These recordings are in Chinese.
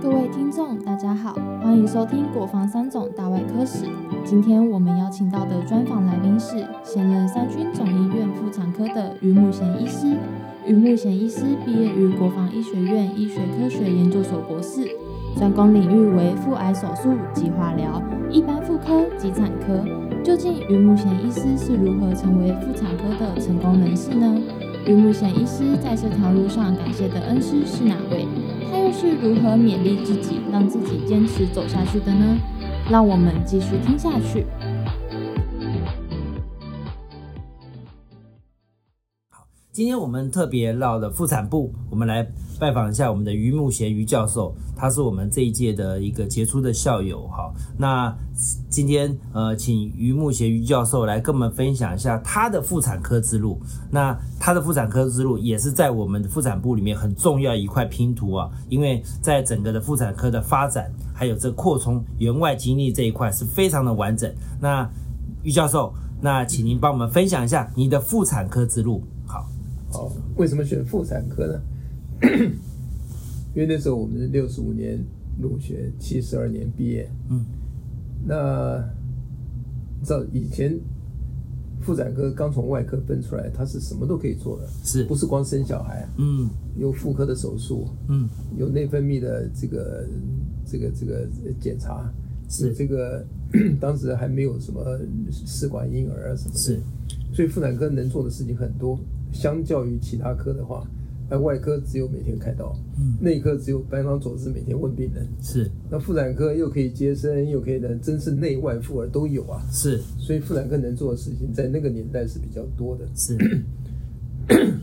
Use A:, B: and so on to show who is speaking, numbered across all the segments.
A: 各位听众，大家好，欢迎收听《国防三总大外科史》。今天我们邀请到的专访来宾是现任三军总医院妇产科的于木贤医师。于木贤医师毕业于国防医学院医学科学研究所博士，专攻领域为腹癌手术及化疗、一般妇科及产科。究竟于木贤医师是如何成为妇产科的成功人士呢？于木贤医师在这条路上感谢的恩师是哪位？他又是如何勉励自己，让自己坚持走下去的呢？让我们继续听下去。
B: 今天我们特别到了妇产部，我们来拜访一下我们的于木贤于教授，他是我们这一届的一个杰出的校友哈。那今天呃，请于木贤于教授来跟我们分享一下他的妇产科之路。那他的妇产科之路也是在我们的妇产部里面很重要一块拼图啊，因为在整个的妇产科的发展，还有这扩充员外经历这一块是非常的完整。那于教授，那请您帮我们分享一下你的妇产科之路。好。
C: 好，为什么选妇产科呢？因为那时候我们是六十五年入学，七十二年毕业。
B: 嗯，
C: 那你知道以前妇产科刚从外科分出来，它是什么都可以做的，
B: 是
C: 不是光生小孩？
B: 嗯
C: 有妇科的手术，
B: 嗯
C: 有内分泌的这个这个这个检查，
B: 是
C: 有这个 当时还没有什么试管婴儿啊什么的。
B: 是
C: 所以妇产科能做的事情很多，相较于其他科的话，那外科只有每天开刀，
B: 嗯
C: 内科只有搬张佐治每天问病人，
B: 是
C: 那妇产科又可以接生，又可以能，真是内外妇儿都有啊。
B: 是
C: 所以妇产科能做的事情在那个年代是比较多的。
B: 是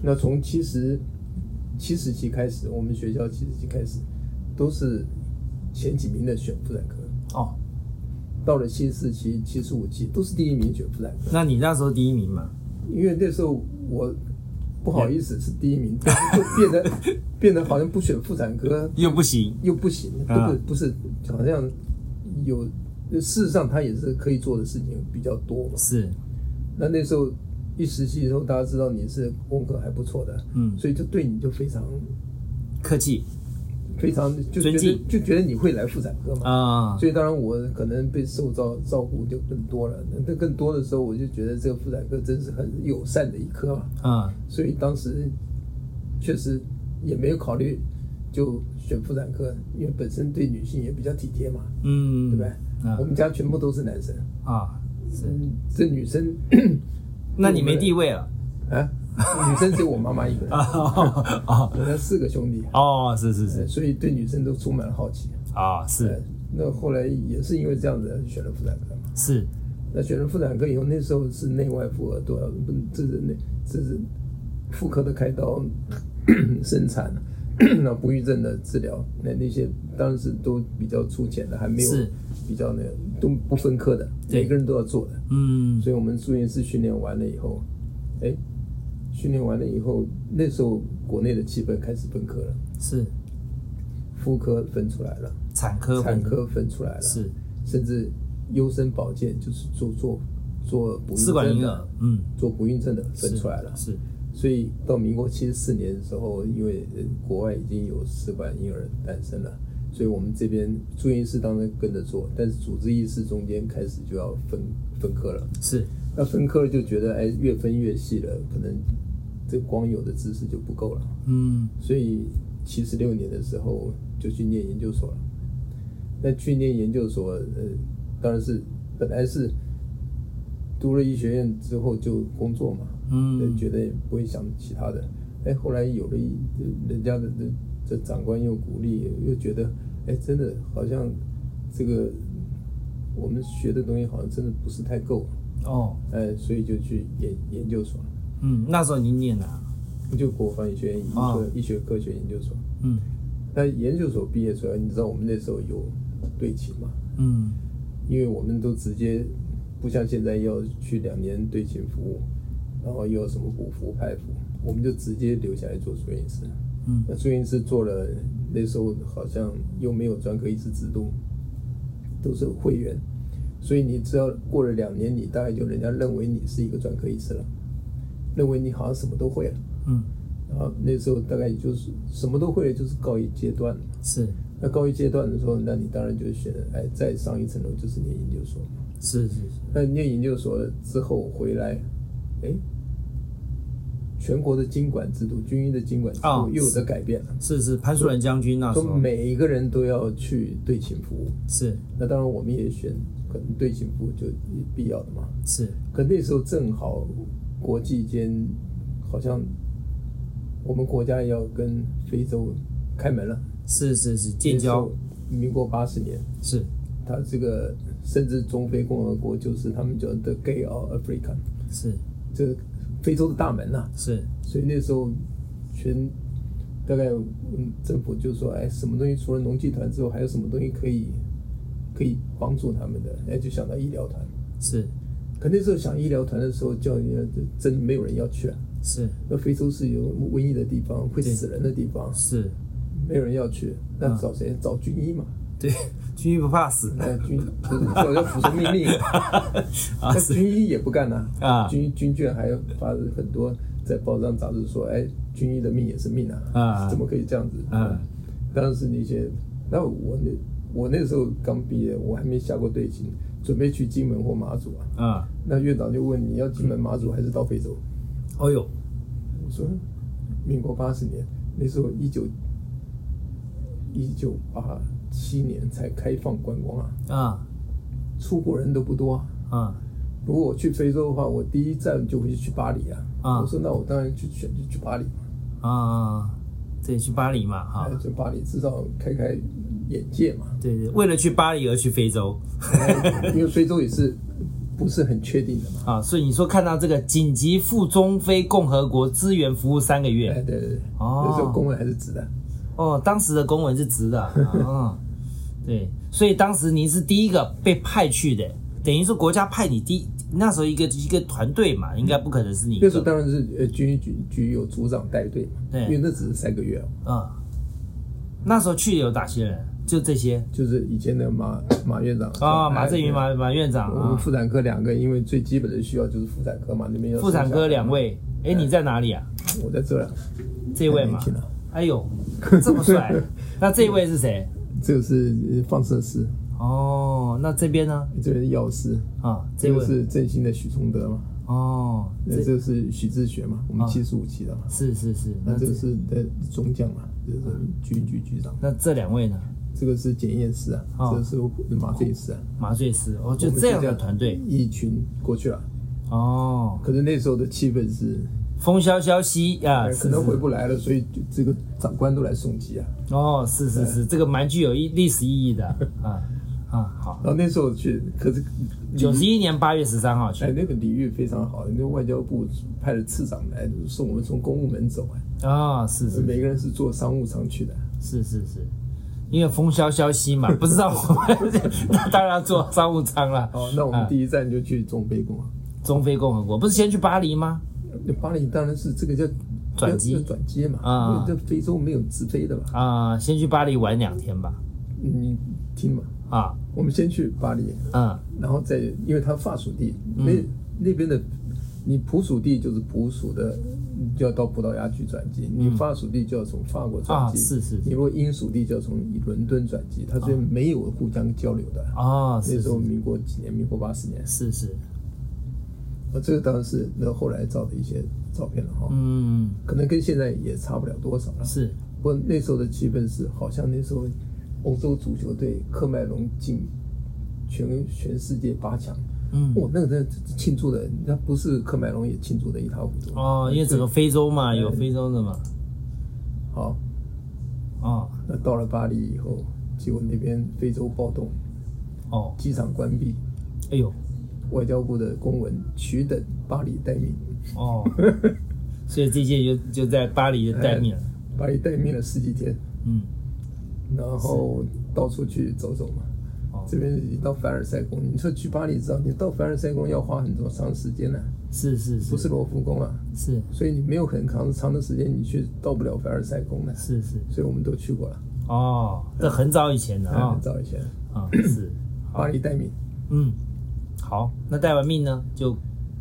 C: 那从七十七十期开始，我们学校七十期开始都是前几名的选妇产科，
B: 哦，
C: 到了七十四期、七十五期都是第一名选妇产科。
B: 那你那时候第一名嘛？
C: 因为那时候我不好意思是第一名，就变得变得好像不选妇产科
B: 又不行，
C: 又不行，不
B: 啊
C: 是不是，好像有事实上他也是可以做的事情比较多嘛。
B: 是
C: 那那时候一实习的时候，大家知道你是功课还不错的，
B: 嗯
C: 所以就对你就非常
B: 客气
C: 非常就觉
B: 尊
C: 得
B: 敬
C: 就觉得你会来妇产科嘛。
B: 啊、
C: 所以当然，我可能被受到照顾就更多了。那那更多的时候，我就觉得这个妇产科真是很友善的一科啊。
B: 啊、
C: 所以当时确实也没有考虑就选妇产科，因为本身对女性也比较体贴嘛，
B: 嗯，
C: 对不对？我们家全部都是男生，
B: 啊啊，是，
C: 嗯，这女生
B: 那你没地位了
C: 啊，女生只有我妈妈一个人，
B: 啊哦
C: 我们四个兄弟，
B: 哦，是是
C: 呃
B: 是
C: 所以对女生都充满了好奇。
B: 啊、
C: 呃
B: 是
C: 那后来也是因为这样子选了妇产科嘛。
B: 是
C: 那选了妇产科以后，那时候是内外妇儿都要，不，这是内这是妇科的开刀、生产、那不育症的治疗，那那些当然是都比较粗浅的，还没有
B: 是
C: 比较那个都不分科的，
B: 对
C: 每个人都要做的。
B: 嗯
C: 所以我们住院室训练完了以后，哎，训练完了以后，那时候国内的气氛开始分科了，
B: 是
C: 妇科分出来了，
B: 产科
C: 产
B: 本
C: 科分出来了，
B: 是
C: 甚至优生保健就是做做做不育
B: 试管
C: 症
B: 婴
C: 的
B: 儿嗯
C: 做不孕症的分
B: 是
C: 出来了，
B: 是
C: 所以到民国七十四年的时候，因为呃国外已经有试管婴儿诞生了，所以我们这边住院医师当然跟着做，但是主治医师中间开始就要分分科了。
B: 是
C: 那分科了就觉得哎，越分越细了，可能这光有的知识就不够了。
B: 嗯
C: 所以七十六年的时候就去念研究所了。那去念研究所，呃，当然是本来是读了医学院之后就工作嘛，对，
B: 嗯
C: 觉得也不会想其他的。哎，后来有了一人家的这这长官又鼓励，又觉得哎，真的好像这个我们学的东西好像真的不是太够，啊
B: 哦
C: 哎，所以就去研研究所，
B: 嗯，那时候你念哪？
C: 就国防医学院医科、
B: 哦
C: 医学科学研究所。
B: 嗯
C: 那研究所毕业出来，你知道我们那时候有对勤嘛？
B: 嗯
C: 因为我们都直接不像现在要去两年对勤服务，然后又有什么补服派服，我们就直接留下来做住院医师。
B: 嗯
C: 那住院医师做了，那时候好像又没有专科医师制度，都是会员，所以你只要过了两年，你大概就人家认为你是一个专科医师了，认为你好像什么都会了。
B: 嗯
C: 啊然后那时候大概也就是什么都会了，就是告一阶段了。
B: 是
C: 那高一阶段的时候，那你当然就选哎再上一层楼就是念研究所嘛。
B: 是是是，
C: 那念研究所之后回来，哎，全国的经管制度、军医的经管制
B: 哦
C: 度又有的改变了，
B: 是是潘树仁将军那时
C: 说
B: 候
C: 每一个人都要去对勤服务。
B: 是
C: 那当然我们也选可能对勤服务就必要的嘛。
B: 是
C: 可那时候正好国际间好像我们国家要跟非洲开门了，
B: 是是是建交，
C: 民国八十年。
B: 是
C: 他这个甚至中非共和国就是他们叫 The Gate of Africa，
B: 是
C: 这个非洲的大门呐、
B: 是
C: 所以那时候全大概嗯政府就说，哎，什么东西除了农技团之后，还有什么东西可以可以帮助他们的？哎，就想到医疗团。
B: 是
C: 可那时候想医疗团的时候，叫人家真没有人要去啊。
B: 是
C: 那非洲是有瘟疫的地方，会
B: 对
C: 死人的地方，
B: 是，
C: 没有人要去。那
B: 嗯
C: 找谁？找军医嘛。
B: 对，军医不怕死
C: 那军 我要服从命令。
B: 啊
C: 那
B: 是
C: 军医也不干呐、
B: 啊
C: 军军眷还发很多在报章杂志说，哎，军医的命也是命啊，
B: 啊
C: 怎么可以这样子？
B: 嗯，
C: 当时那些，那我那我那时候刚毕业，我还没下过队勤，准备去金门或马祖啊。
B: 啊，
C: 那院长就问你要金门、马祖还是到非洲？
B: 哦呦
C: 我说，民国八十年，那时候一九一九八七年才开放观光啊，
B: 啊
C: 出国人都不多、啊。
B: 啊
C: 如果我去非洲的话，我第一站就会去巴黎啊。
B: 啊
C: 我说那我当然去选就去巴黎嘛，
B: 啊，对，去巴黎嘛哈
C: 哎，去巴黎至少开开眼界嘛。
B: 对对，为了去巴黎而去非洲
C: 哎因为非洲也是不是很确定的嘛。
B: 啊，所以你说看到这个紧急赴中非共和国支援服务三个
C: 哎，
B: 月
C: 对对对，
B: 哦
C: 那时候公文还是直的。
B: 哦，当时的公文是值的 啊啊，对，所以当时您是第一个被派去的，等于是国家派你第那时候一个一个团队嘛，应该不可能是你一
C: 那时候
B: 个
C: 当然是呃军医局局有组长带队嘛，
B: 对
C: 因为那只是三个月啊，
B: 啊，那时候去有哪些人？就这些
C: 就是以前的马马院长
B: 啊，
C: 哎
B: 马振云、马马院长
C: 我们
B: 啊，
C: 妇产科两个，因为最基本的需要就是妇产科嘛，那边要
B: 妇产科两
C: 位，
B: 位，哎，你在哪里啊？
C: 我在这儿啊，
B: 这位嘛
C: 太年轻，了
B: 哎 呦，这么帅，那这位是谁？
C: 这个是呃放射师，
B: 哦，那这边呢？
C: 这边是药师，
B: 啊，
C: 这
B: 这
C: 个
B: 位
C: 是振兴的许崇德嘛，
B: 哦，
C: 那
B: 这
C: 这个是许志学嘛，我
B: 啊
C: 们七十五期的嘛，
B: 是是是，
C: 那
B: 那啊
C: 这
B: 这
C: 个是呃中将嘛，这个是局局局长，
B: 那这两位呢？
C: 这个是检验师啊，
B: 哦
C: 这个是麻醉师啊，
B: 麻醉师哦，就
C: 我们
B: 这样的团队
C: 一群过去了，
B: 哦，
C: 可是那时候的气氛是
B: 风萧萧兮啊，
C: 哎
B: 是
C: 可能回
B: 是
C: 不来了，所以就这个长官都来送机啊，
B: 哦，是是
C: 哎
B: 是，这个蛮具有意历史意义 的啊啊，好，
C: 然后那时候去，可是
B: 九十一年八月十三号
C: 嗯哎
B: 去
C: 那个礼遇非常好，那外交部派了次长来送我们从公务门走啊，
B: 啊，是是
C: 每个人是坐商务舱去的，
B: 是是是，因为风萧萧兮 嘛，不知道 我们那当然坐商务舱了。
C: 哦，那我
B: 啊
C: 们第一站就去中非共和国。
B: 中非共和国不是先去巴黎吗？
C: 那巴黎当然是这个叫
B: 转机
C: 叫叫转机嘛，
B: 啊
C: 因为这非洲没有直飞的吧？
B: 啊、先去巴黎玩两天吧。
C: 你听嘛，
B: 啊，
C: 我们先去巴黎，
B: 嗯，
C: 然后再因为它法属地，那、那边的你葡属地就是葡属的，你就要到葡萄牙去转机；你法属地就要从法国转机，
B: 嗯啊是是是
C: 你如果英属地就要从伦敦转机，它这边没有互相交流的。
B: 哦，
C: 那
B: 是
C: 时候民国几年？民国八十年。
B: 是是，
C: 哦，这个当然是那后来照的一些照片了哈、
B: 嗯，
C: 可能跟现在也差不了多少了。
B: 是
C: 不过那时候的气氛是，好像那时候欧洲足球队喀麦隆进全全世界八强，
B: 嗯
C: 哇，那个真的庆祝的，那不是喀麦隆也庆祝的一塌糊涂。
B: 哦，因为整个非洲嘛，有非洲的嘛，
C: 好，
B: 哦
C: 那到了巴黎以后，结果那边非洲暴动，
B: 哦，
C: 机场关闭，
B: 哎呦，
C: 外交部的公文取等巴黎待命，
B: 哦，所以这届就就在巴黎就待命了，
C: 巴黎待命了十几天，
B: 嗯，
C: 然后到处去走走嘛。
B: 哦，
C: 这边你到凡尔赛宫，你说去巴黎知道，你到凡尔赛宫要花很多长时间呢、
B: 是是
C: 不
B: 是
C: 是罗浮宫啊。
B: 是
C: 所以你没有很长长的时间，你去到不了凡尔赛宫的，
B: 是是，
C: 所以我们都去过了，
B: 哦，这很早以前的
C: 啊，
B: 啊
C: 很早以前，
B: 啊是，
C: 巴黎待命，
B: 嗯，好，那待完命呢就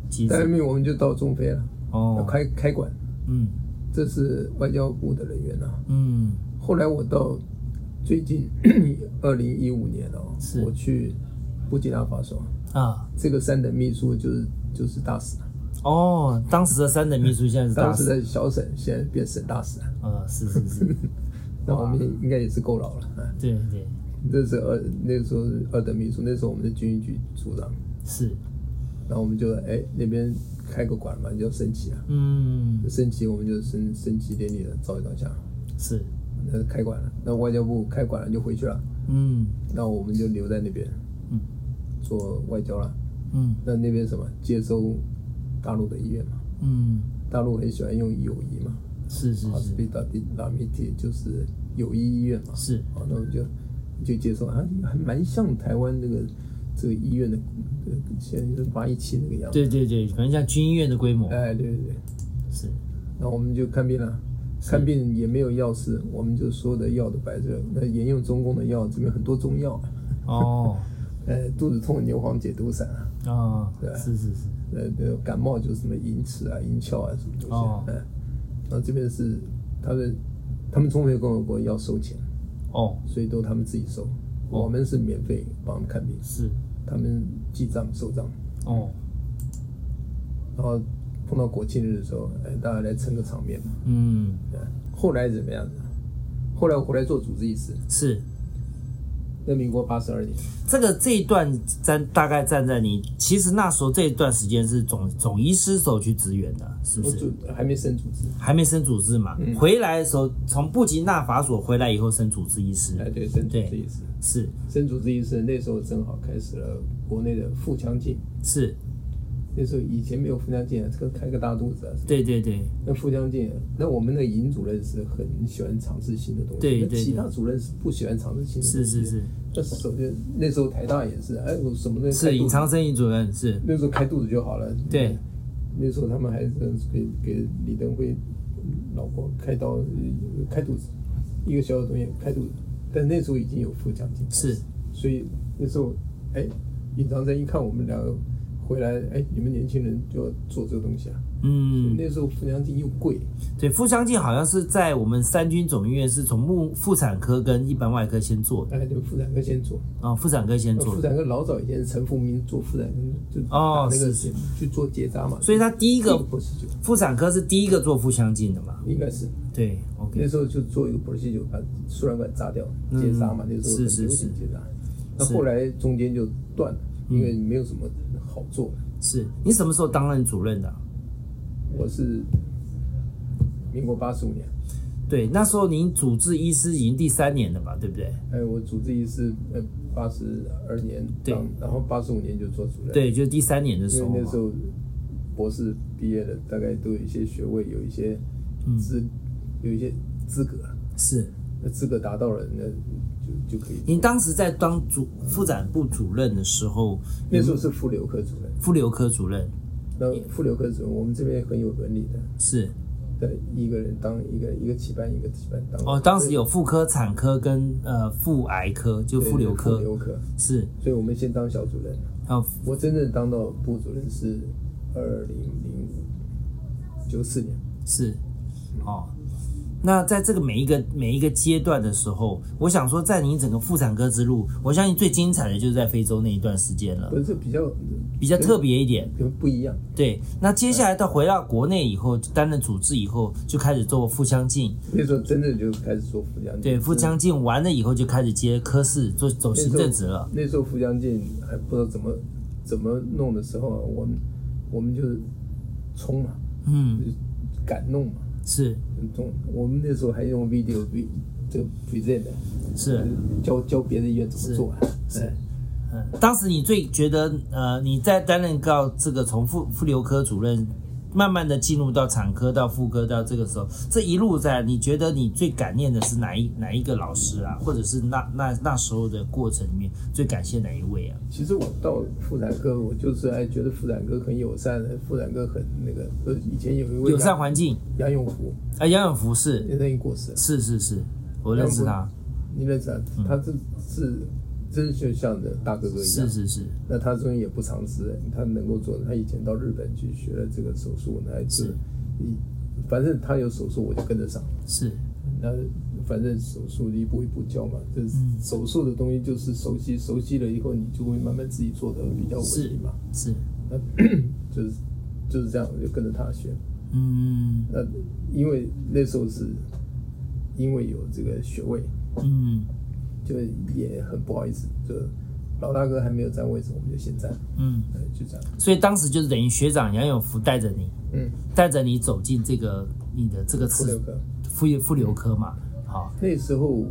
B: 其
C: 待
B: 实
C: 命我们就到中非了，要
B: 哦，
C: 开开馆，
B: 嗯
C: 这是外交部的人员啊。
B: 嗯
C: 后来我到最近 二零一五年哦
B: 是，
C: 我去布吉纳法索，
B: 啊，
C: 这个山的秘书就是就是大使，
B: 哦，当时的三等秘书现在是大
C: 当时
B: 使，
C: 的小沈现在变省大使，啊
B: 呃，是是 是，
C: 那我们应该也是够老了啊。
B: 对对
C: 这是二那时候是二等秘书，那时候我们是军医局组长，
B: 是，
C: 然后我们就哎那边开个馆嘛，就升旗啊，
B: 嗯
C: 升旗我们就升升旗典礼了，照一照相，
B: 是，
C: 那开馆了，那外交部开馆了就回去了，
B: 嗯
C: 那我们就留在那边
B: 嗯
C: 做外交了。
B: 嗯
C: 那那边什么接收大陆的医院嘛，
B: 嗯
C: 大陆很喜欢用友谊嘛
B: 是是是
C: ，hospital l a m i t 就是友谊医院嘛。
B: 是，
C: 好，那我们就就接受，还还蛮像台湾这个这个医院的，呃现在就是八一七那个样子。
B: 对对对，反正像军医院的规模
C: 哎，对对对，
B: 是，
C: 那我们就看病了。看病也没有药师，我们就所有的药都摆这。那沿用中共的药，这边很多中药，
B: 哦
C: 呃，肚子痛牛黄解毒散啊，
B: 啊
C: 对，啊
B: 是是是，
C: 呃，比如感冒就是什么银齿啊、银翘啊什么东西，
B: 哦
C: 嗯，然后这边是他们，他们中华人民共和国要收钱，
B: 哦
C: 所以都他们自己收，我们是免费帮他们看病，
B: 是，
C: 他们记账收账，
B: 哦
C: 然后碰到国庆日的时候，哎，大家来撑个场面嘛，
B: 嗯
C: 嗯，后来怎么样子？后来我回来做主治医师，
B: 是。
C: 在民国八十二年，
B: 这个这一段站大概站在你，其实那时候这一段时间是总总医师时候去支援的，是不
C: 我嗯
B: 是？
C: 哦主还没升主治，
B: 还没升主治嘛，回来的时候从布吉纳法索回来以后升主治医
C: 哎，
B: 师，
C: 对，升主
B: 对
C: 治医师，
B: 是
C: 升主治医师那时候正好开始了国内的腹腔镜。
B: 是，
C: 那时候以前没有腹腔镜啊，这个开个大肚子啊，
B: 对对对，
C: 那腹腔镜，啊那我们的营主任是很喜欢尝试新的东西，
B: 对对
C: 那其他主任是不喜欢尝试新的东
B: 是是。
C: 西。
B: 是
C: 那首先那时候台大也是，哎，我什么东西开
B: 是尹
C: 肚子，
B: 长生尹主任是，
C: 那时候开肚子就好了。
B: 对，
C: 那时候他们还是给给李登辉老婆开刀呃开肚子，一个小小东西开肚子，但那时候已经有腹腔镜，
B: 是，
C: 所以那时候，哎，尹长生一看我们两个回来，哎，你们年轻人就要做这个东西啊。
B: 嗯，
C: 那时候腹腔镜又贵，
B: 对，腹腔镜好像是在我们三军总医院是从妇妇产科跟一般外科先做的，
C: 哎，就妇产科先做。
B: 啊、妇产科先
C: 那
B: 做
C: 哦妇
B: 的，
C: 产科老早以前陈福明做妇产科，就
B: 哦
C: 打那个
B: 是是
C: 去做结扎嘛。
B: 所以他第一
C: 一
B: 个
C: procedure
B: 妇产科是第一个做腹腔镜的嘛，
C: 应该是
B: 对
C: 那
B: ，OK，
C: 时候就做一个 procedure 把输卵管扎掉
B: 嗯
C: 结扎嘛，那时候
B: 是
C: 很
B: 是
C: 流
B: 是
C: 行结扎。那
B: 是嗯
C: 后来中间就断了，因为没有什么好做。
B: 是你什么时候担任主任的啊、
C: 我是民国八十五年，
B: 对，那时候您主治医师已经第三年了吧，对不对？
C: 哎，我主治医师呃八十二年
B: 对
C: 当，然后八十五年就做主任。
B: 对，就是第三年的时
C: 因
B: 候
C: 为
B: 嘛
C: 那时，候博士毕业了，大概都有一些学位，有一些
B: 嗯
C: 资，有一些资格。
B: 是
C: 那资格达到了，那就就可以。
B: 您当时在当主妇产部主任的时候，
C: 那时候是妇瘤科主任，
B: 妇瘤科主任
C: 那妇瘤科主任我们这边很有伦理的，
B: 是
C: 对，一个人当一个一个起班，一个起班当。
B: 哦，当时有妇科、产科跟呃妇癌科，就
C: 对
B: 妇瘤
C: 妇
B: 科
C: 瘤科，
B: 是
C: 所以我们先当小主任。
B: 啊，
C: 我真正当到部主任是二零零九四年。
B: 是哦。那在这个每一个每一个阶段的时候，我想说，在您整个妇产科之路，我相信最精彩的就是在非洲那一段时间了，
C: 可是比较
B: 比较特别一点。
C: 比较不一样，
B: 对，那接下来到回到国内以后，担任主治以后，就开始做腹腔镜。
C: 那时候真正就开始做腹腔镜，
B: 对，腹腔镜完了以后，就开始接科室，做走行政职了。
C: 那时候腹腔镜还不知道怎么怎么弄的时候啊，我们我们就冲嘛，
B: 嗯，
C: 敢弄嘛，
B: 是
C: 冲。我们那时候还用 video v 这个 present 的
B: 是。
C: 教教别的医院怎么做、啊。
B: 是
C: 哎
B: 嗯，当时你最觉得呃，你在担任到这个从妇妇瘤科主任，慢慢的进入到产科到妇科到这个时候，这一路在你觉得你最感念的是哪一哪一个老师啊，或者是那那那时候的过程里面最感谢哪一位啊？
C: 其实我到妇产科，我就是哎觉得妇产科很友善，妇产科很那个。呃，以前有一位
B: 友善环境
C: 杨永福，
B: 啊，杨永福是
C: 现在已经过世了，
B: 是是是，我认识他，
C: 你认识他？他是是真就像的大哥哥一样
B: 是。啊是是
C: 那他终于也不藏私，他能够做。他以前到日本去学了这个手术，那还
B: 是
C: 是，你反正他有手术我就跟得上。
B: 是
C: 那反正手术一步一步教嘛，这手术的东西就是熟悉，熟悉了以后你就会慢慢自己做的比较稳定嘛，
B: 是，
C: 那就是就是这样，我就跟着他学。
B: 嗯
C: 那因为那时候是因为有这个学位，
B: 嗯
C: 就也很不好意思，就老大哥还没有占位置，我们就先占，
B: 嗯，
C: 呃，就这样，
B: 所以当时就是等于学长杨永福带着你，
C: 嗯，
B: 带着你走进这个你的这个
C: 妇
B: 次
C: 六科。
B: 妇妇瘤科嘛，好，
C: 那时候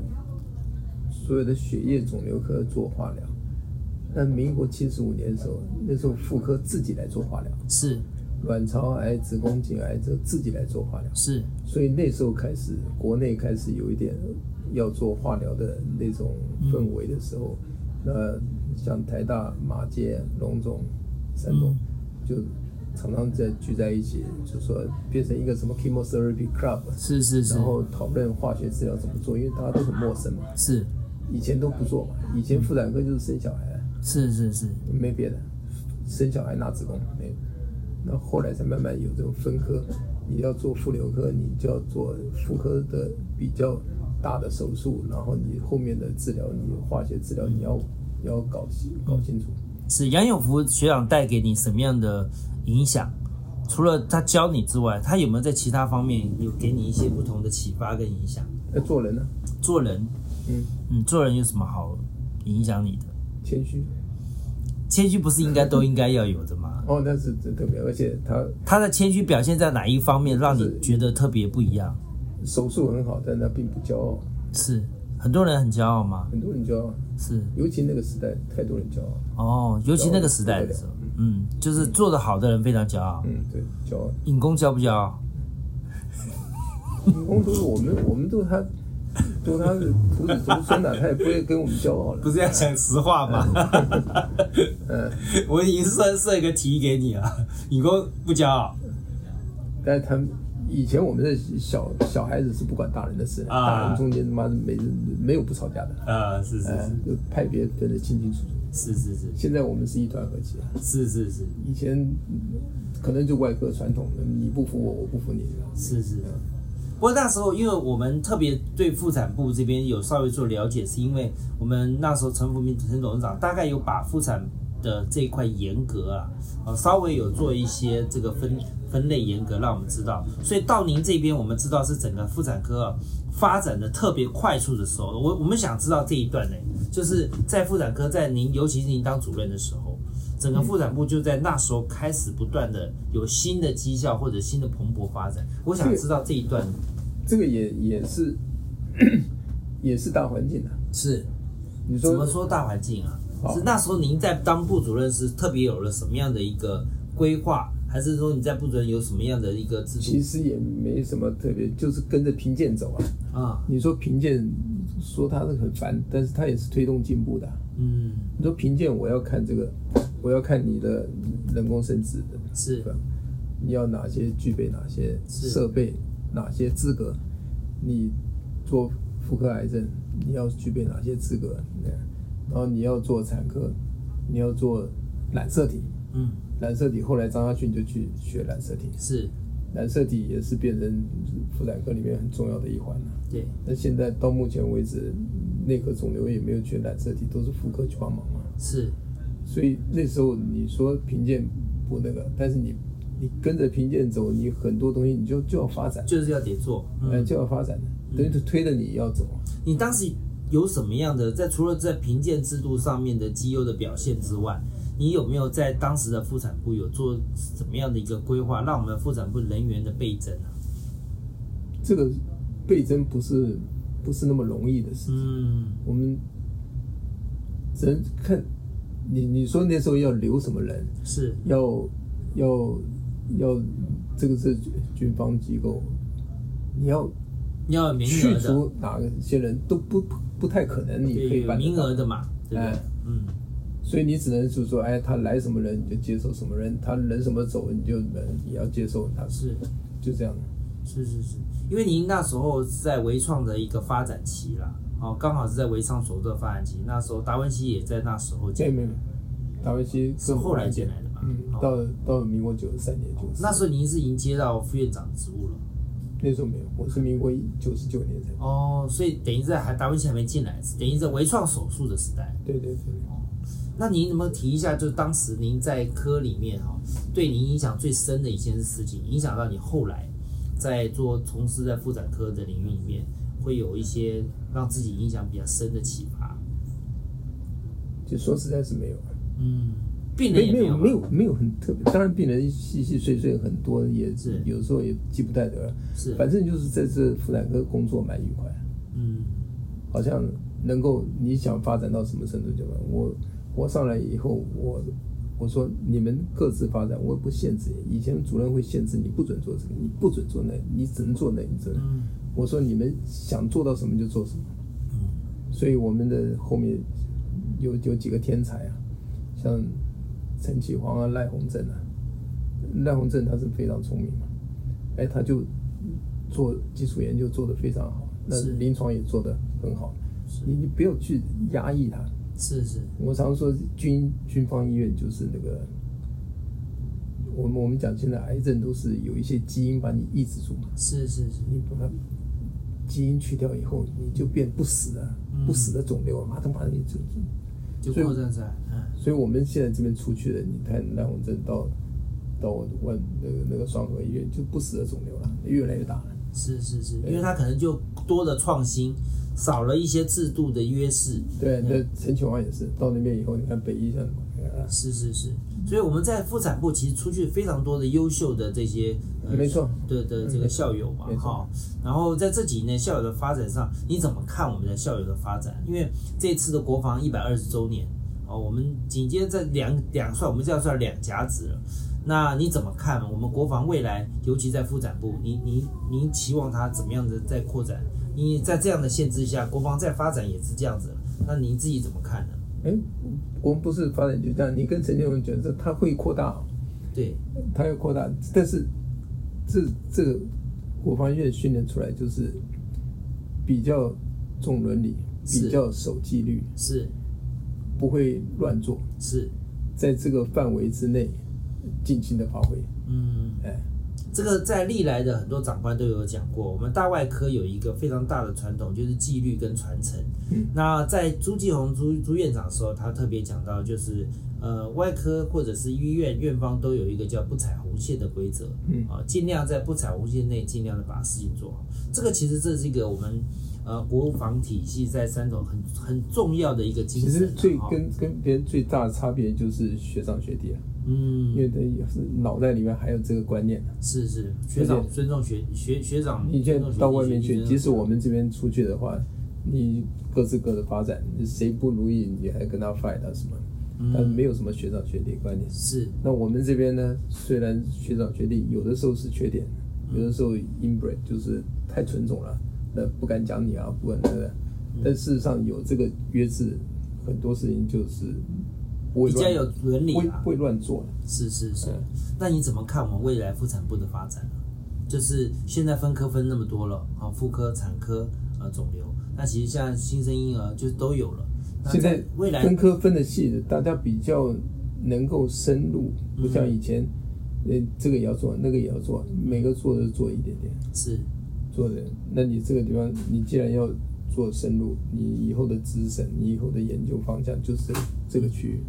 C: 所有的血液肿瘤科做化疗，那民国七十五年的时候，那时候妇科自己来做化疗，
B: 是
C: 卵巢癌、子宫颈癌这自己来做化疗，
B: 是，
C: 所以那时候开始，国内开始有一点要做化疗的那种氛围的时候，那像台大、马街、龙总、三总、就。常常在聚在一起，就说变成一个什么 chemotherapy club，
B: 是是是
C: 然后讨论化学治疗怎么做，因为大家都很陌生嘛。
B: 是
C: 以前都不做嘛，以前妇产科就是生小孩，啊
B: 是是是，
C: 没别的，生小孩拿子宫没。那后来才慢慢有这种分科，你要做妇瘤科，你就要做妇科的比较大的手术，然后你后面的治疗，你化学治疗你要要搞清搞清楚。
B: 是杨永福学长带给你什么样的影响？除了他教你之外，他有没有在其他方面有给你一些不同的启发跟影响？
C: 那做人呢，
B: 做人，
C: 嗯，
B: 嗯，做人有什么好影响你的？
C: 谦虚
B: 谦虚不是应该都应该要有的吗？
C: 哦，那是真特别，而且他
B: 他的谦虚表现在哪一方面让你觉得特别不一样？
C: 手术很好，但他并不骄傲，
B: 是很多人很骄傲吗？
C: 很多人骄傲，
B: 是
C: 尤其那个时代太多人骄傲，
B: 哦，尤其那个时代的时候，嗯，就是做得好的人非常骄傲。
C: 嗯，对，骄傲。
B: 尹工骄不骄傲？
C: 民工都是我们，我们都他，都他是徒子徒孙呐、他也不会跟我们骄傲了。
B: 不是要讲实话吗？嗯 我已经设设一个题给你了， 尹工不骄傲
C: 但是他们以前我们的小小孩子是不管大人的事，
B: 啊
C: 大人中间他妈的没没有不吵架的，
B: 啊，是是
C: 哎，就派别分得清清楚楚。
B: 是是是
C: 现在我们是一团和气，
B: 是是是
C: 以前嗯可能就外科传统的，你不服我，我不服你。
B: 是是。不过那时候，因为我们特别对妇产部这边有稍微做了解，是因为我们那时候陈福明陈董事长大概有把妇产的这一块严格啊，呃，稍微有做一些这个分分类严格，让我们知道。所以到您这边，我们知道是整个妇产科、啊、发展的特别快速的时候，我我们想知道这一段呢，就是在妇产科，在您尤其是您当主任的时候，整个妇产部就在那时候开始不断的有新的绩效或者新的蓬勃发展。我想知道这一段
C: 这个也也是 也是大环境啊。
B: 是
C: 你
B: 怎么
C: 说
B: 说大环境啊？
C: 好
B: 是那时候您在当部主任是特别有了什么样的一个规划，还是说你在部主任有什么样的一个制
C: 其
B: 度
C: 实也没什么特别，就是跟着评鉴走啊。
B: 啊？
C: 你说评鉴，说它是很烦，但是它也是推动进步的啊。
B: 嗯，
C: 你说评鉴，我要看这个，我要看你的人工生殖的，
B: 是
C: 对吧？你要哪些具备哪些
B: 是
C: 设备，哪些资格？你做妇科癌症，你要具备哪些资格？对然后你要做产科，你要做染色体，
B: 嗯
C: 染色体后来张家俊就去学染色体，
B: 是，
C: 染色体也是变成妇产科里面很重要的一环了、
B: 对，
C: 那现在到目前为止，内科肿瘤也没有去染色体，都是妇科去帮忙嘛。
B: 是
C: 所以那时候你说评鉴不那个，但是你你跟着评鉴走，你很多东西你就就要发展，
B: 就是要得做。
C: 呃，
B: 嗯，
C: 就要发展的，等于就推着你要走。啊
B: 你当时有什么样的在除了在评鉴制度上面的绩优的表现之外，你有没有在当时的妇产部有做怎么样的一个规划，让我们妇产部人员的倍增啊？
C: 这个倍增不是不是那么容易的事，
B: 嗯，
C: 我们只能看你你说那时候要留什么人，
B: 是
C: 要要要这个是军方机构，你要
B: 你要有名
C: 去
B: 额的，
C: 除哪些人都不不不太可能，你可
B: 对，
C: 以
B: 有
C: 办
B: 名
C: 得到，
B: 额的嘛，对不对
C: 哎？
B: 嗯，
C: 所以你只能是说，哎，他来什么人你就接受什么人，他人什么走你就也要接受他，
B: 是
C: 就这样。
B: 是是是，因为您那时候是在微创的一个发展期啦，哦，刚好是在微创手术的发展期，那时候达文西也在那时候
C: 这
B: 进，
C: 没有，达文西
B: 是后来进来的嘛？
C: 嗯，
B: 哦
C: 到到民国九十三年就
B: 那时候您是已经接到副院长职务了，
C: 那时候没有，我是民国九十九年才。
B: 哦，所以等于在还达文西还没进来，等于在微创手术的时代。
C: 对对对，
B: 那您能不能提一下，就是当时您在科里面哈、对您影响最深的一件事情，影响到你后来在做从事在妇产科的领域里面，会有一些让自己影响比较深的启发？
C: 就说实在是没有，
B: 嗯，病人
C: 没
B: 也
C: 没
B: 有
C: 有
B: 吗
C: 没有没有很特别。当然，病人细细碎碎很多，也
B: 是
C: 有时候也记不太得了。
B: 是
C: 反正就是在这妇产科工作蛮愉快，
B: 嗯
C: 好像能够你想发展到什么程度就我我上来以后，我我说你们各自发展，我也不限制你。以前主任会限制你不准做这个，你不准做那个，你只能做那，你只能。
B: 嗯
C: 我说你们想做到什么就做什么。
B: 嗯
C: 所以我们的后面有有几个天才啊，像陈启煌啊、赖鸿正啊，赖鸿正他是非常聪明嘛，哎，他就做基础研究做得非常好，那
B: 是
C: 临床也做得很好，
B: 是
C: 你你不要去压抑他。
B: 是是
C: 我常说军军方医院就是那个，我们我们讲现在癌症都是有一些基因把你抑制住嘛，
B: 是是是，
C: 你把它基因去掉以后，你就变不死了，
B: 嗯
C: 不死的肿瘤，马上把你就就。
B: 就
C: 所以
B: 扩散在嗯
C: 所以我们现在这边出去的，你看赖鸿正到到我万那个那个双河医院，就不死的肿瘤了，越来越大了。
B: 是是是，
C: 对
B: 因为他可能就多了创新，少了一些制度的约束。
C: 对，
B: 嗯
C: 那陈启煌也是到那边以后，你看北医像什么，你看啊
B: 是是是，所以我们在妇产部其实出去非常多的优秀的这些，呃
C: 没错，嗯
B: 的的这个校友嘛
C: 没，错
B: 哈、然后在这几年校友的发展上，你怎么看我们的校友的发展？因为这次的国防一百二十周年，哦，我们紧接着在两两算，我们这样算两甲子了。那你怎么看我们国防未来，尤其在妇产部，您您您期望它怎么样的在扩展？你在这样的限制下，国防再发展也是这样子了，那您自己怎么看呢？
C: 哎，我们不是发展就这样，你跟陈启煌觉得他会扩大，
B: 对，
C: 他要扩大，但是这这个国防医院训练出来就是比较重伦理，
B: 是
C: 比较守纪律，
B: 是
C: 不会乱做，
B: 是，
C: 在这个范围之内尽情的发挥，
B: 嗯。
C: 哎。
B: 这个在历来的很多长官都有讲过，我们大外科有一个非常大的传统，就是纪律跟传承。
C: 嗯
B: 那在朱继红朱朱院长的时候，他特别讲到，就是呃，外科或者是医院院方都有一个叫不踩红线的规则，
C: 嗯
B: 啊，尽量在不踩红线内，尽量的把事情做好。这个其实这是一个我们呃国防体系在三种很很重要的一个精
C: 其
B: 神
C: 实
B: 啊。
C: 最
B: 哈
C: 跟跟别人最大的差别就是学长学弟啊，因
B: 嗯
C: 为他也是脑袋里面还有这个观念啊。
B: 是是学
C: 而
B: 长
C: 且
B: 尊重学学学长，
C: 你现
B: 尊重
C: 在
B: 学
C: 到
B: 弟
C: 外面
B: 学弟
C: 去，
B: 尊重
C: 即使
B: 学长
C: 我们这边出去的话，你各自各的发展，谁不如意你还跟他 fight 啊什么，
B: 嗯
C: 但没有什么学长学弟观念。
B: 是
C: 那我们这边呢，虽然学长学弟有的时候是缺点，
B: 嗯
C: 有的时候 inbred 就是太纯种了，那不敢讲你啊，不敢那个，
B: 嗯
C: 但事实上有这个约制，很多事情就是不会
B: 比较
C: 乱
B: 有伦理
C: 不会
B: 啊
C: 不。会乱做的。
B: 是是是
C: 嗯，
B: 那你怎么看我们未来妇产部的发展呢？就是现在分科分那么多了啊，妇科、产科、呃肿瘤，那其实像新生婴儿就都有了。那
C: 现在
B: 未来
C: 分科分的细的，大家比较能够深入，不像以前，呃，这个也要做，那个也要做，每个做的做一点点，
B: 嗯是
C: 做的。那你这个地方，你既然要做深入，你以后的资深，你以后的研究方向就是这个区域。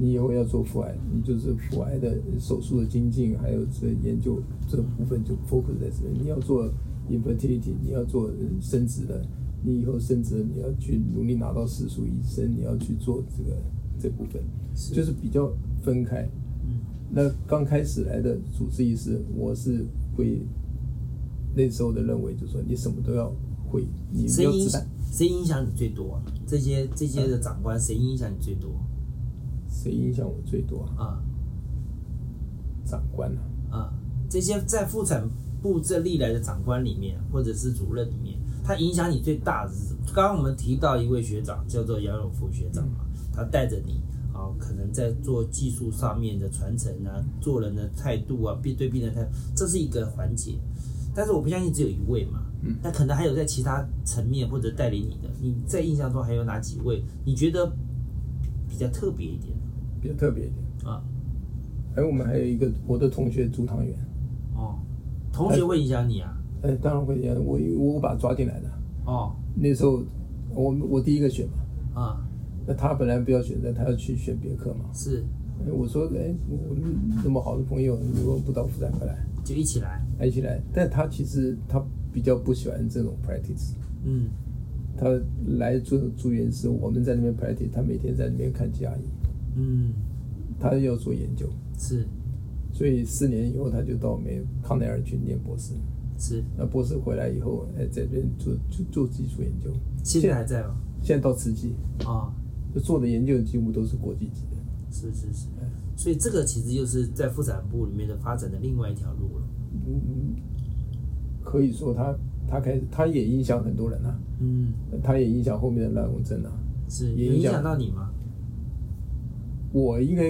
C: 你以后要做腹癌，你就是腹癌的手术的精进，还有这研究这部分就 focus 在这边。你要做 infertility，你要做呃生殖的，你以后生殖你要去努力拿到世俗医生，你要去做这个这部分，
B: 是
C: 就是比较分开。
B: 嗯
C: 那刚开始来的主治医师，我是会那时候的认为，就是说你什么都要会，你不
B: 谁
C: 要
B: 影
C: 自
B: 响
C: 满。
B: 谁影响你最多啊？这些这些的长
C: 嗯
B: 官谁影响你最多
C: 谁影响我最多啊？
B: 啊
C: 长官啊，
B: 啊？这些在妇产部这历来的长官里面，或者是主任里面，他影响你最大的是什么？刚刚我们提到一位学长叫做杨永福学长嘛，他带着你啊，可能在做技术上面的传承啊，做人的态度啊，病对病人的态度，这是一个环节。但是我不相信只有一位嘛，
C: 嗯
B: 那可能还有在其他层面或者带领你的，你在印象中还有哪几位？你觉得比较特别一点的
C: 比较特别一点。
B: 啊？
C: 还有我们还有一个我的同学朱唐元，
B: 哦，同学会影响你啊？
C: 哎，当然会这样，我我把他抓进来的。
B: 哦，
C: 那时候我我第一个选嘛，
B: 啊，
C: 那他本来不要选的，他要去选别克嘛。
B: 是，
C: 哎我说，哎，我们那么好的朋友，你为什么不到复旦过来？
B: 就一起来，
C: 哎一起来。但他其实他比较不喜欢这种 practice，
B: 嗯，
C: 他来做住院时，我们在那边 practice，他每天在那边看家医，
B: 嗯，
C: 他要做研究，
B: 是，
C: 所以四年以后他就到美康奈尔去念博士。
B: 是，
C: 那博士回来以后，哎，在这边做做做基础研究，
B: 现在还在吗？
C: 现在到慈济，
B: 哦，
C: 就做的研究几乎都是国际级的。
B: 是是是，所以这个其实就是在妇产部里面的发展的另外一条路了。
C: 嗯，可以说他他开他也影响很多人啊，
B: 嗯，
C: 他也影响后面的滥用症啊。
B: 是
C: 也
B: 有影
C: 影响
B: 响到你吗？
C: 我应该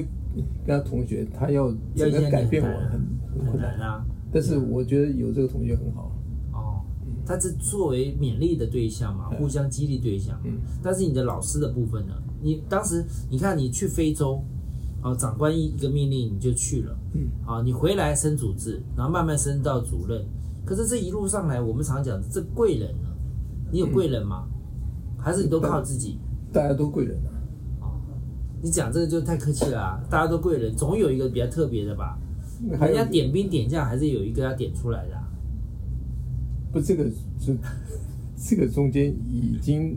C: 跟他同学，他要
B: 要
C: 整
B: 一
C: 个
B: 些
C: 改变我
B: 年代啊
C: 很很
B: 很
C: 困
B: 难
C: 难，
B: 啊。
C: 但是我觉得有这个同学很好。
B: 哦，
C: 嗯
B: 他是作为勉励的对象嘛，互相激励对象。
C: 嗯，
B: 但是你的老师的部分呢？你当时你看你去非洲，哦，长官一个命令你就去了，
C: 嗯，
B: 啊，你回来升主治，然后慢慢升到主任。可是这一路上来，我们常讲这贵人呢，你有贵人
C: 嗯
B: 吗？还是你都靠自己？
C: 大家都贵人啊，
B: 你讲这个就太客气了、啊，大家都贵人，总有一个比较特别的吧？
C: 还
B: 人
C: 有
B: 家点兵点将还是有一个要点出来的啊、
C: 不这个是这个中间已经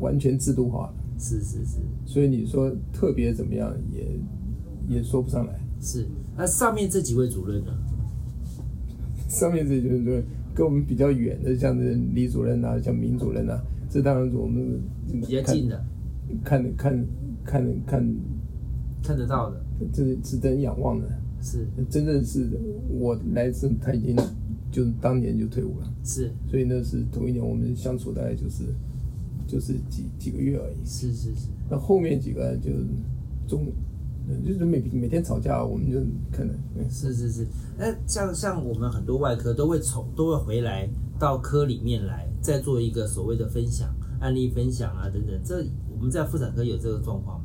C: 完全制度化了，
B: 是是是
C: 所以你说特别怎么样也也说不上来。
B: 是。那上面这几位主任呢？
C: 上面这就是说跟我们比较远的，像是李主任啊，像明主任啊，这当然是我们
B: 比较
C: 看
B: 近的，
C: 看看看看，
B: 看得到的，
C: 这是值得仰望的。
B: 是
C: 真正是我来自他已经就当年就退伍了，
B: 是
C: 所以那是同一年我们相处大概就是就是几几个月而已。
B: 是是是，
C: 那后面几个就中，就是每每天吵架，我们就可能嗯
B: 是是是，那像像我们很多外科都会从都会回来到科里面来，再做一个所谓的分享案例分享啊等等。这我们在妇产科有这个状况吗？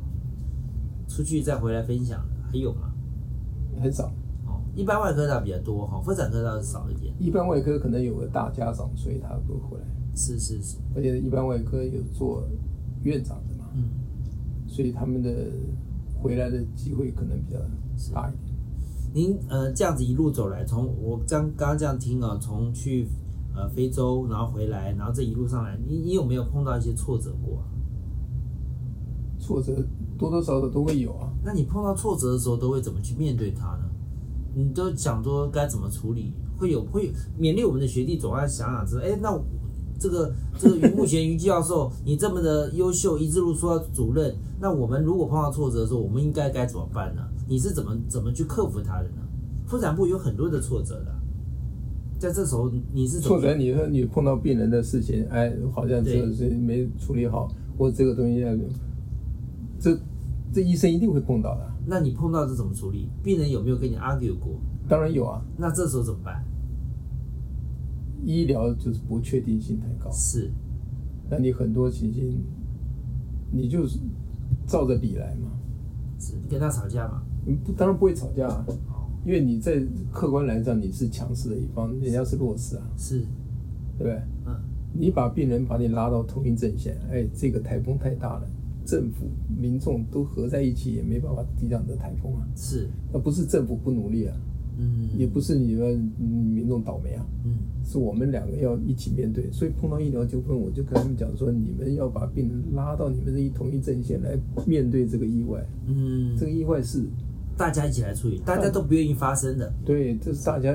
B: 出去再回来分享的还有吗？
C: 很少。
B: 哦，一般外科倒比较多哈，妇产科倒是少一点。
C: 一般外科可能有个大家长，所以他会回来。
B: 是是是，
C: 而且一般外科有做院长的嘛，
B: 嗯，
C: 所以他们的回来的机会可能比较大一点。
B: 您呃这样子一路走来，从我刚刚刚这样听啊，从去呃非洲，然后回来，然后这一路上来，你你有没有碰到一些挫折过啊？
C: 挫折多多少少都会有啊，
B: 那你碰到挫折的时候，都会怎么去面对它呢？你都想说该怎么处理？会有会勉励我们的学弟，总要想想说，哎，那我这个这个于目前于教授，你这么的优秀，一直路说到主任，那我们如果碰到挫折的时候，我们应该该怎么办呢？你是怎么怎么去克服它的呢？妇产部有很多的挫折的啊，在这时候你是怎么
C: 挫折你说你碰到病人的事情，哎，好像这个是没处理好，或者这个东西要，这这医生一定会碰到的，
B: 那你碰到这怎么处理？病人有没有跟你 argue 过？
C: 当然有啊。
B: 那这时候怎么办？
C: 医疗就是不确定性太高，
B: 是
C: 那你很多情形，你就是照着理来嘛。
B: 是跟他吵架嘛？
C: 嗯不，当然不会吵架、啊，因为你在客观来讲你是强势的一方，人家是弱势啊，
B: 是
C: 对不对？
B: 嗯。
C: 你把病人把你拉到同一阵线，哎，这个台风太大了，政府、民众都合在一起也没办法抵挡这台风啊。
B: 是
C: 那不是政府不努力啊，
B: 嗯
C: 也不是你们嗯民众倒霉啊，
B: 嗯
C: 是我们两个要一起面对。所以碰到医疗纠纷，我就跟他们讲说，你们要把病人拉到你们这一同一阵线来面对这个意外。
B: 嗯，
C: 这个意外是
B: 大家一起来处理，大家都不愿意发生的，
C: 对，这是大家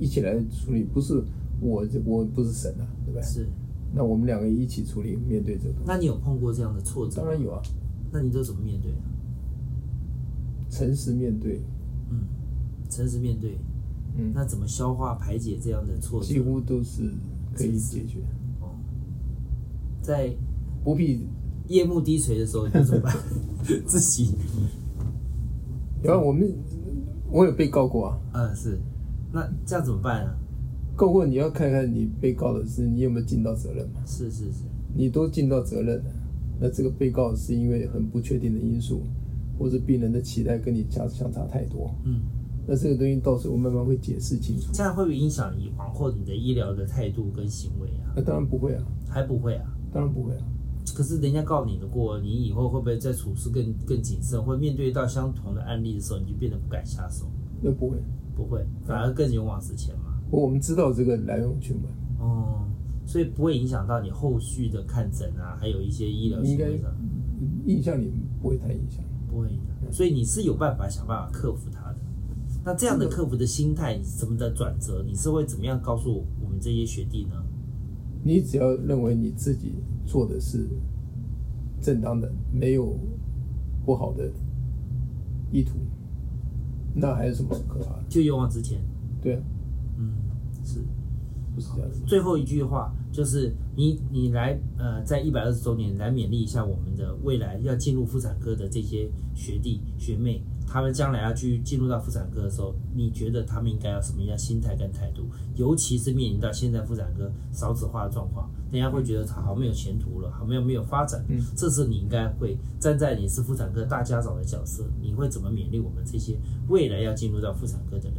C: 一起来处理，不是我我不是神啊，对吧？
B: 是。
C: 那我们两个一起处理，面对这个东
B: 那你有碰过这样的挫
C: 西，当
B: 折？
C: 然有啊，
B: 那你都怎么面对啊？
C: 诚实面对，
B: 嗯，诚实面对，
C: 嗯，
B: 那怎么消化排解这样的挫
C: 几
B: 折？
C: 乎都是可以解决，
B: 哦，在
C: 不必。
B: 夜幕低垂的时候，你怎么 办？自己，
C: 然后我们我有被告过啊，
B: 嗯，是。那这样怎么办啊？
C: 告过你要看看你被告的是你有没有尽到责任嘛，
B: 是是是，
C: 你都尽到责任了，那这个被告是因为很不确定的因素，或者病人的期待跟你相相差太多，
B: 嗯，
C: 那这个东西到时候我慢慢会解释清楚。
B: 这样会不会影响你往后你的医疗的态度跟行为啊？
C: 那、当然不会啊，
B: 还不会啊。
C: 当然不会啊。
B: 可是人家告你的过，你以后会不会在处事更更谨慎？会面对到相同的案例的时候，你就变得不敢下手？
C: 那不会，
B: 不会，反而更勇往直前嘛。
C: 我们知道这个来龙去脉，
B: 哦，所以不会影响到你后续的看诊啊，还有一些医疗
C: 应
B: 行
C: 该
B: 为上
C: 印象里不会太影响。
B: 不会影响。所以你是有办法想办法克服它的。那这样的克服的心态，你怎么的转折？你是会怎么样告诉我们这些学弟呢？
C: 你只要认为你自己做的是正当的，没有不好的意图，那还有什么可怕的？
B: 就勇往直前，
C: 对啊，
B: 嗯，是。
C: 不是这样子。
B: 最后一句话就是你你来呃，在一百二十周年来勉励一下我们的未来要进入妇产科的这些学弟学妹，他们将来要去进入到妇产科的时候，你觉得他们应该要什么样的心态跟态度？尤其是面临到现在妇产科少子化的状况，人家会觉得它好像没有前途了，好像没有发展。
C: 嗯
B: 这时你应该会站在你是妇产科大家长的角色，你会怎么勉励我们这些未来要进入到妇产科的人？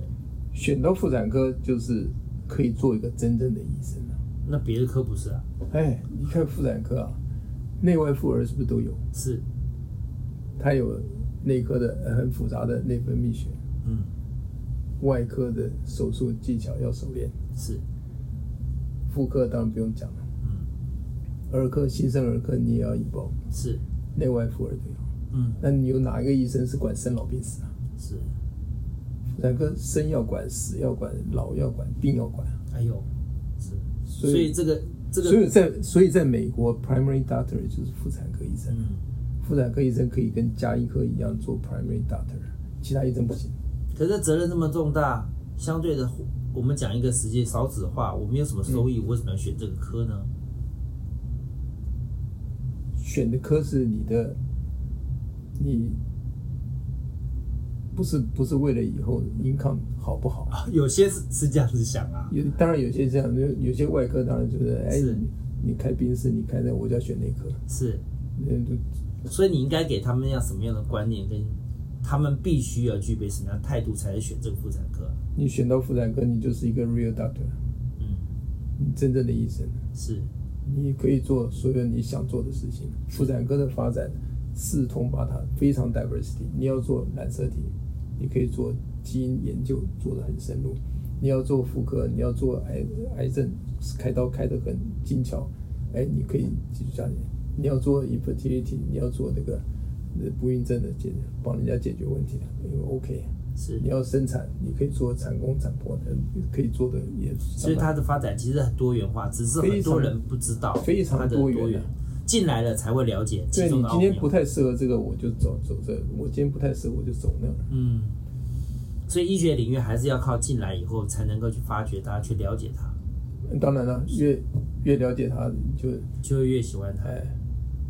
C: 选到妇产科就是可以做一个真正的医生了、啊
B: 那别的科不是啊，
C: 哎，你看妇产科啊，内外妇儿是不是都有？
B: 是
C: 它有内科的呃很复杂的内分泌学，
B: 嗯
C: 外科的手术技巧要熟练，
B: 是。
C: 妇科当然不用讲了，
B: 嗯
C: 儿科新生儿科你也要医保，
B: 是，
C: 内外妇儿都有。
B: 嗯，
C: 那你有哪一个医生是管生老病死啊？
B: 是，
C: 妇产科生要管，死要管，老要管，病要管啊。
B: 哎呦，是，所
C: 所
B: 以
C: 以
B: 这个这
C: 所
B: 个，
C: 以在所以在美国，primary doctor 就是妇产科医生，
B: 嗯，
C: 妇产科医生可以跟家医科一样做 primary doctor，其他医生不行。
B: 可是责任那么重大，相对的，我们讲一个实际少子化，我们有什么收益？我为什么要选这个科呢？
C: 选的科是你的，你不是不是为了以后 income 好不好？
B: 啊， 有些是是这样子想啊，
C: 有当然有些这样，有有些外科当然觉得，哎，
B: 是
C: 你你开病室，你开那个我就要选内科，
B: 是，
C: 嗯，就
B: 所以你应该给他们要什么样的观念，跟他们必须要具备什么样的态度，才能选这个妇产科啊？
C: 你选到妇产科，你就是一个 real doctor，
B: 嗯，
C: 你真正的医生，
B: 是，
C: 你可以做所有你想做的事情。妇产科的发展四通八达，非常 diversity。你要做染色体，你可以做基因研究，做得很深入；你要做妇科，你要做癌癌症，开刀开得很精巧，哎，你可以继续下去。你要做 infertility，你要做那个呃不孕症的解，帮人家解决问题的，因为 OK。
B: 是
C: 你，要生产，你可以做产工、产婆的，可以做的也。
B: 所以它的发展其实很多元化，只是很
C: 非
B: 多
C: 常
B: 人不知道
C: 非常
B: 它的
C: 多元
B: 多元
C: 啊，
B: 进来了才会了解其
C: 对
B: 中
C: 你
B: 的奥啊
C: 今
B: 妙
C: 天。不太适合这个，我就走走这；我今天不太适合，我就走那。
B: 嗯，所以医学领域还是要靠进来以后才能够去发掘它，去了解它，
C: 当然了，越越了解他，你就
B: 就会越喜欢它。
C: 哎，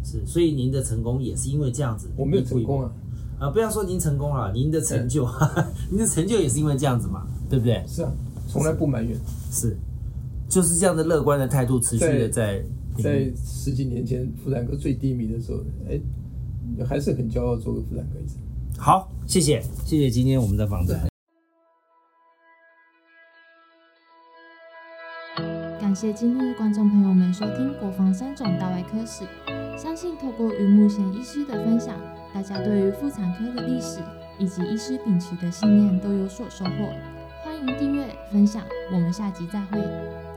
B: 是，所以您的成功也是因为这样子。
C: 我没有成功啊，
B: 啊、不要说您成功了，您的成就，啊您的成就也是因为这样子嘛，对不对？
C: 是啊，从来不埋怨。
B: 是，就是这样的乐观的态度，持续的在
C: 在十几年前妇产科最低迷的时候，哎，还是很骄傲做个妇产科医生。
B: 好，谢谢，谢谢今天我们的访谈。
A: 感谢今天的观众朋友们收听《国防三种大外科史》，相信透过于木贤医师的分享，大家对于妇产科的历史以及医师秉持的信念都有所收获。欢迎订阅分享，我们下集再会。